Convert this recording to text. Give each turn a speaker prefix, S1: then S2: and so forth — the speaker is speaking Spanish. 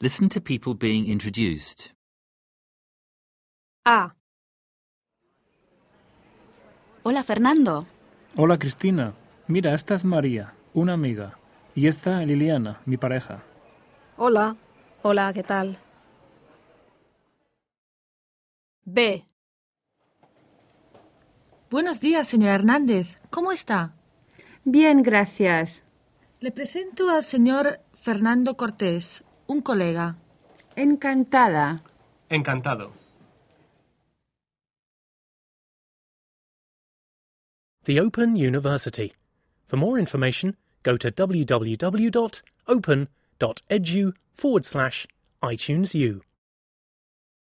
S1: Listen to people being introduced.
S2: A.
S3: Hola Fernando.
S4: Hola Cristina, mira, esta es María, una amiga, y esta Liliana, mi pareja.
S2: Hola. Hola, ¿qué tal? B.
S5: Buenos días, señor Hernández. ¿Cómo está?
S6: Bien, gracias.
S5: Le presento al señor Fernando Cortés, un colega.
S6: Encantada.
S7: Encantado.
S8: The Open University. For more information, go to www.open.edu forward slash iTunes